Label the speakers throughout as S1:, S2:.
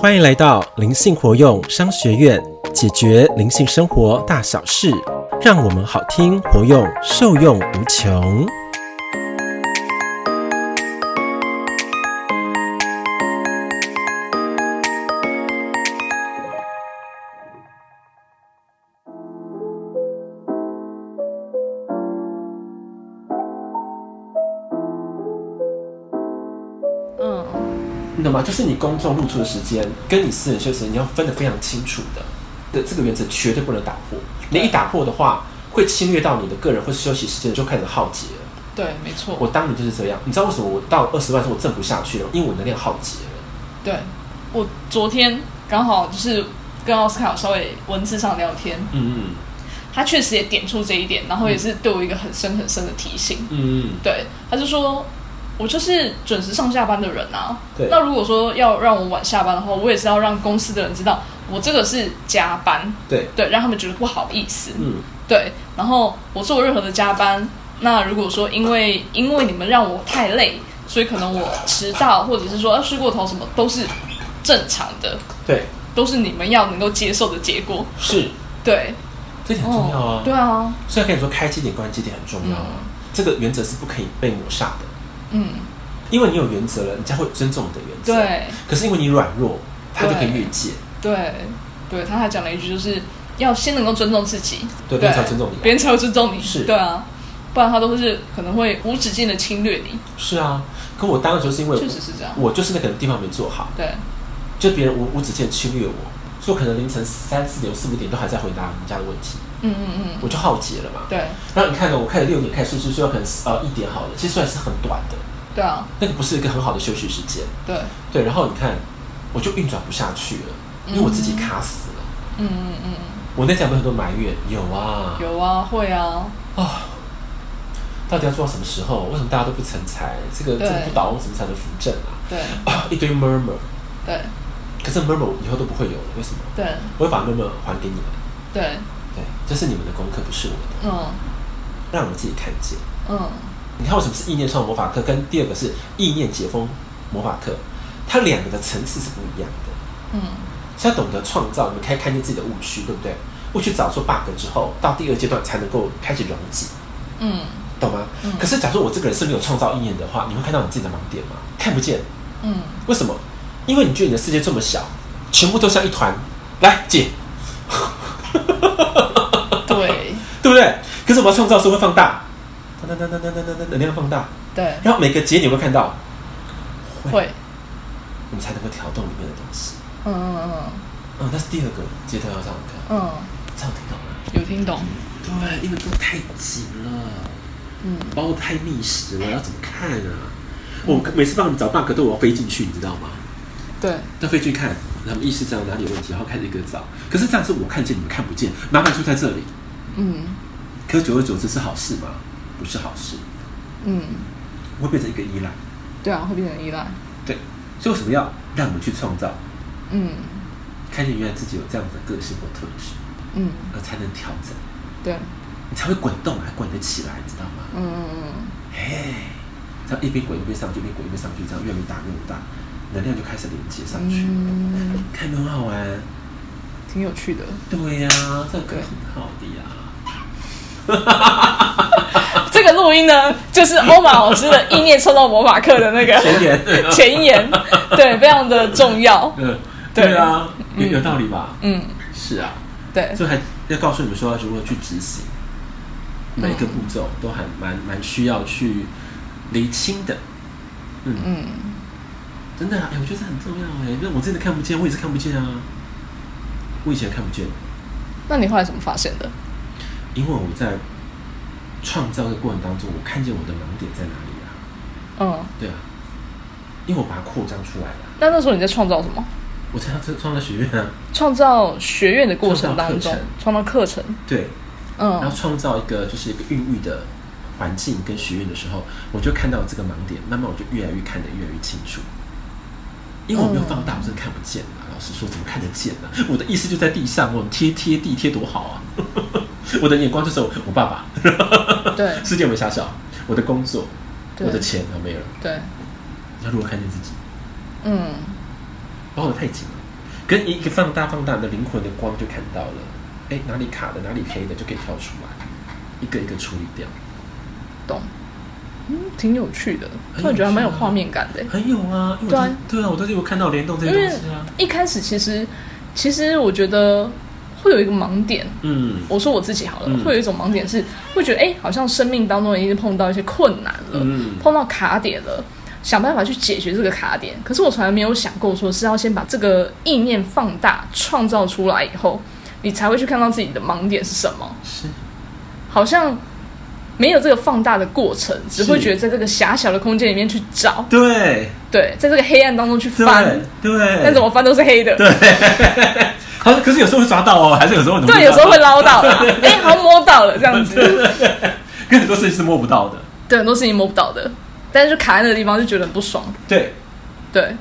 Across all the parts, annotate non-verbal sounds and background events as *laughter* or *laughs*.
S1: 欢迎来到灵性活用商学院，解决灵性生活大小事，让我们好听活用，受用无穷。
S2: 嗯，
S1: 你懂吗？就是你公众露出的时间跟你私人休息时间，你要分得非常清楚的。的这个原则绝对不能打破，你一打破的话，会侵略到你的个人或是休息时间，就开始耗竭了。
S2: 对，没错，
S1: 我当年就是这样，你知道为什么我到二十万的时候我挣不下去了？因为我能量耗竭了。
S2: 对。我昨天刚好就是跟奥斯卡有稍微文字上聊天，
S1: 嗯
S2: 他确实也点出这一点，然后也是对我一个很深很深的提醒。
S1: 嗯嗯，
S2: 对，他就说。我就是准时上下班的人啊
S1: 对。
S2: 那如果说要让我晚下班的话，我也是要让公司的人知道我这个是加班，
S1: 对，
S2: 对，让他们觉得不好意思。
S1: 嗯
S2: 对，然后我做任何的加班，那如果说因为因为你们让我太累，所以可能我迟到或者是说呃睡过头什么都是正常的，
S1: 对，
S2: 都是你们要能够接受的结果。
S1: 是，
S2: 对，
S1: 这点很重要啊。
S2: 对啊，
S1: 虽然跟你说开机点、关机点很重要啊，
S2: 嗯
S1: 这个原则是不可以被抹杀的，
S2: 嗯，
S1: 因为你有原则了，人家会尊重你的原则。。
S2: 对
S1: 可是因为你软弱，他就可以越界，
S2: 对对，他还讲了一句，就是要先能够尊重自己，
S1: 对，别人才会尊重你啊。
S2: 别人才会尊重你。
S1: 是
S2: 对啊，不然他都是可能会无止境的侵略你。
S1: 是啊，可我当时就是因为
S2: 确实是这样。
S1: 我就是那个地方没做好，
S2: 对，
S1: 就别人无无止境地侵略我，所以我可能凌晨三四点、四五点都还在回答人家的问题，
S2: 嗯嗯嗯，
S1: 我就耗竭了嘛。
S2: 对
S1: 然后你看呢，我开始六点开始睡，睡到可能呃一点好了，其实算是很短的，
S2: 对啊，
S1: 那个不是一个很好的休息时间。
S2: 对，
S1: 对，然后你看，我就运转不下去了，因为我自己卡死了。
S2: 嗯嗯嗯。
S1: 我那讲有很多埋怨，有啊，
S2: 有啊，会啊，
S1: 啊，到底要做到什么时候？为什么大家都不成才？这个这
S2: 对
S1: 个不倒翁怎么才能扶正啊？
S2: 对
S1: 啊， *laughs* 一堆 murmur，
S2: 对
S1: 可是 murmur 我以后都不会有了，为什么？
S2: 对
S1: 我会把 murmur 还给你们，
S2: 对，
S1: 对，这是你们的功课，不是我的，
S2: 嗯
S1: 让我们自己看见。
S2: 嗯，
S1: 你看为什么是意念创魔法课，跟第二个是意念解封魔法课，它两个的层次是不一样的。
S2: 嗯，
S1: 是要懂得创造，你们开始看见自己的误区，对不对？误区找出 bug 之后，到第二阶段才能够开始溶解，
S2: 嗯
S1: 懂吗？
S2: 嗯
S1: 可是假如我这个人是没有创造意念的话，你会看到你自己的盲点吗？看不见，
S2: 嗯，
S1: 为什么？因为你觉得你的世界这么小，全部都像一团。来，姐，
S2: 对
S1: 对不对？可是我们要创造的时候会放大，噔噔噔噔噔噔噔噔，能量放大，
S2: 对，
S1: 然后每个节点会看到，
S2: 会，
S1: 你才能够调动里面的东西。
S2: 嗯嗯
S1: 嗯，那是第二个阶段要上课，
S2: 嗯嗯，
S1: 这样听懂吗？
S2: 有听懂，
S1: 对，啊因为都太紧了。
S2: 嗯，
S1: 包括太密实了，要怎么看啊？我每次帮你们找 bug 都我要飞进去，你知道吗？
S2: 对
S1: 要飞进去看，他们意识到哪里有问题，然后开始一个找。可是这样是我看见，你们看不见，麻烦就在这里。
S2: 嗯
S1: 可久而久之是好事吗？不是好事，
S2: 嗯，
S1: 会变成一个依赖。
S2: 对啊，会变成依赖，
S1: 对，所以为什么要让我们去创造？
S2: 嗯
S1: 看见原来自己有这样子的个性或特质，
S2: 嗯，
S1: 而才能调整，
S2: 对，
S1: 你才会滚动啊，滚得起来，你知道吗？
S2: 嗯嗯
S1: 嘿，这样一边滚一边上去，一边滚一边上去，这样越来越大越来越大，能量就开始连接上去。
S2: 嗯，
S1: 看有没有很好玩？
S2: 挺有趣的，
S1: 对呀、这个很好的呀。
S2: 这个录音呢，就是欧玛老师的《意念创造魔法课》的那个
S1: 前言，
S2: 前言，对，非常的重要，
S1: *laughs* 嗯，
S2: 对
S1: 对啊，有
S2: 嗯
S1: 有道理吧？
S2: 嗯，
S1: 是啊，
S2: 对，
S1: 所以还要告诉你们说要如何去执行，每个步骤都还蛮蛮需要去厘清的。
S2: 嗯
S1: 真的啊，哎、我觉得这很重要哎、那我真的看不见，我也是看不见啊。我以前看不见，
S2: 那你后来怎么发现的？
S1: 因为我在创造的过程当中，我看见我的盲点在哪里啊？
S2: 嗯，
S1: 对啊，因为我把它扩张出来了，
S2: 那那时候你在创造什么？
S1: 我才要创造学院啊。
S2: 创造学院的过程当中，创造课程，
S1: 对，然后
S2: 嗯
S1: 创造一个就是一个孕育的环境跟学院的时候，我就看到这个盲点，慢慢我就越来越看得越来越清楚。因为我没有放大，我真的看不见啊！老师说怎么看得见呢、我的意思就在地上，我贴贴地贴多好啊！ *laughs* 我的眼光就是我我爸爸，
S2: 对
S1: *laughs* 世界有没有狭小？我的工作，
S2: 对
S1: 我的钱啊没有了。
S2: 对，
S1: 要如何看见自己？
S2: 嗯
S1: 把我太紧了，跟一个放大放大你的灵魂的光就看到了，哎，哪里卡的，哪里黑的就可以跳出来，一个一个处理掉，
S2: 懂。嗯，挺有趣的，
S1: 很有趣啊
S2: 突然觉得还蛮有画面感的。
S1: 很有啊，因为我
S2: 对啊
S1: 就对啊，我都是有看到联动这些
S2: 因为
S1: 东西啊，
S2: 一开始其实，其实我觉得会有一个盲点。
S1: 嗯
S2: 我说我自己好了，
S1: 嗯
S2: 会有一种盲点是会觉得，哎、好像生命当中已经碰到一些困难了，
S1: 嗯
S2: 碰到卡点了，想办法去解决这个卡点。可是我从来没有想过，说是要先把这个意念放大、创造出来以后，你才会去看到自己的盲点是什么。
S1: 是
S2: 好像没有这个放大的过程，只会觉得在这个狭小的空间里面去找，
S1: 对
S2: 对，在这个黑暗当中去
S1: 对
S2: 翻，
S1: 对，
S2: 但怎么翻都
S1: *laughs*
S2: 是黑的。
S1: 对？好，可是有时候会抓到哦， *laughs* 还是有时候你
S2: 对，有时候会捞到啦，哎、好像摸到了这样子。
S1: 跟很多事情是摸不到的，
S2: 对，很多事情摸不到的，但是就卡在那个地方就觉得很不爽。
S1: 对，
S2: 对，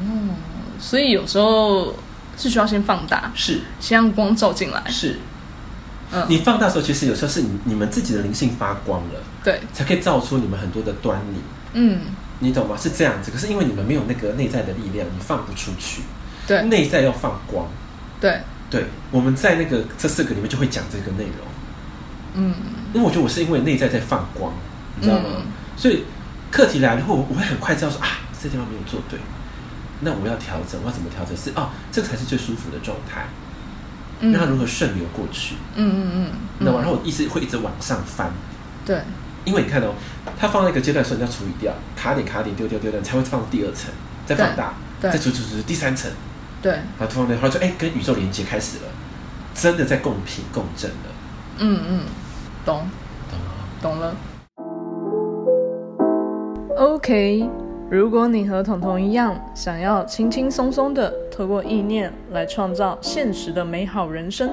S2: 嗯，所以有时候是需要先放大，
S1: 是
S2: 先让光照进来。
S1: 是。
S2: 嗯
S1: 你放大的时候，其实有时候是你你们自己的灵性发光了，
S2: 对，
S1: 才可以造出你们很多的端倪，
S2: 嗯，
S1: 你懂吗？是这样子。可是因为你们没有那个内在的力量，你放不出去。
S2: 对
S1: 内在要放光，
S2: 对，
S1: 对，我们在那个这四个里面就会讲这个内容。
S2: 嗯，
S1: 因为我觉得我是因为内在在放光，你知道吗？
S2: 嗯
S1: 所以课题来了后，我会很快知道说啊，这地方没有做对，那我要调整，我要怎么调整？是哦，这个才是最舒服的状态，
S2: 嗯
S1: 让它如何顺流过去。
S2: 嗯嗯嗯
S1: 你知
S2: 嗯，
S1: 道吗？然后我一直会一直往上翻，
S2: 对，
S1: 因为你看哦，它放在一个阶段的时候，你要处理掉卡点、卡点丢掉丢掉，你才会放第二层，再放大，
S2: 对
S1: 再
S2: 对
S1: 处理处理处理第三层，
S2: 对，
S1: 然后突然的话就哎，跟宇宙连接开始了，真的在共频共振了，
S2: 嗯嗯，懂。
S1: 懂吗？
S2: 懂了。OK，如果你和彤彤一样，想要轻轻松松的透过意念来创造现实的美好人生，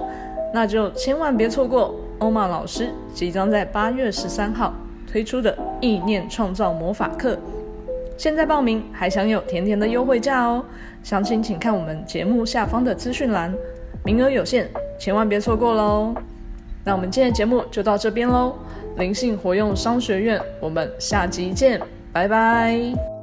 S2: 那就千万别错过欧玛老师即将在八月十三号推出的意念创造魔法课。现在报名还享有甜甜的优惠价哦，详情请看我们节目下方的资讯栏，名额有限，千万别错过喽！那我们今天的节目就到这边喽，灵性活用商学院，我们下集见，拜拜。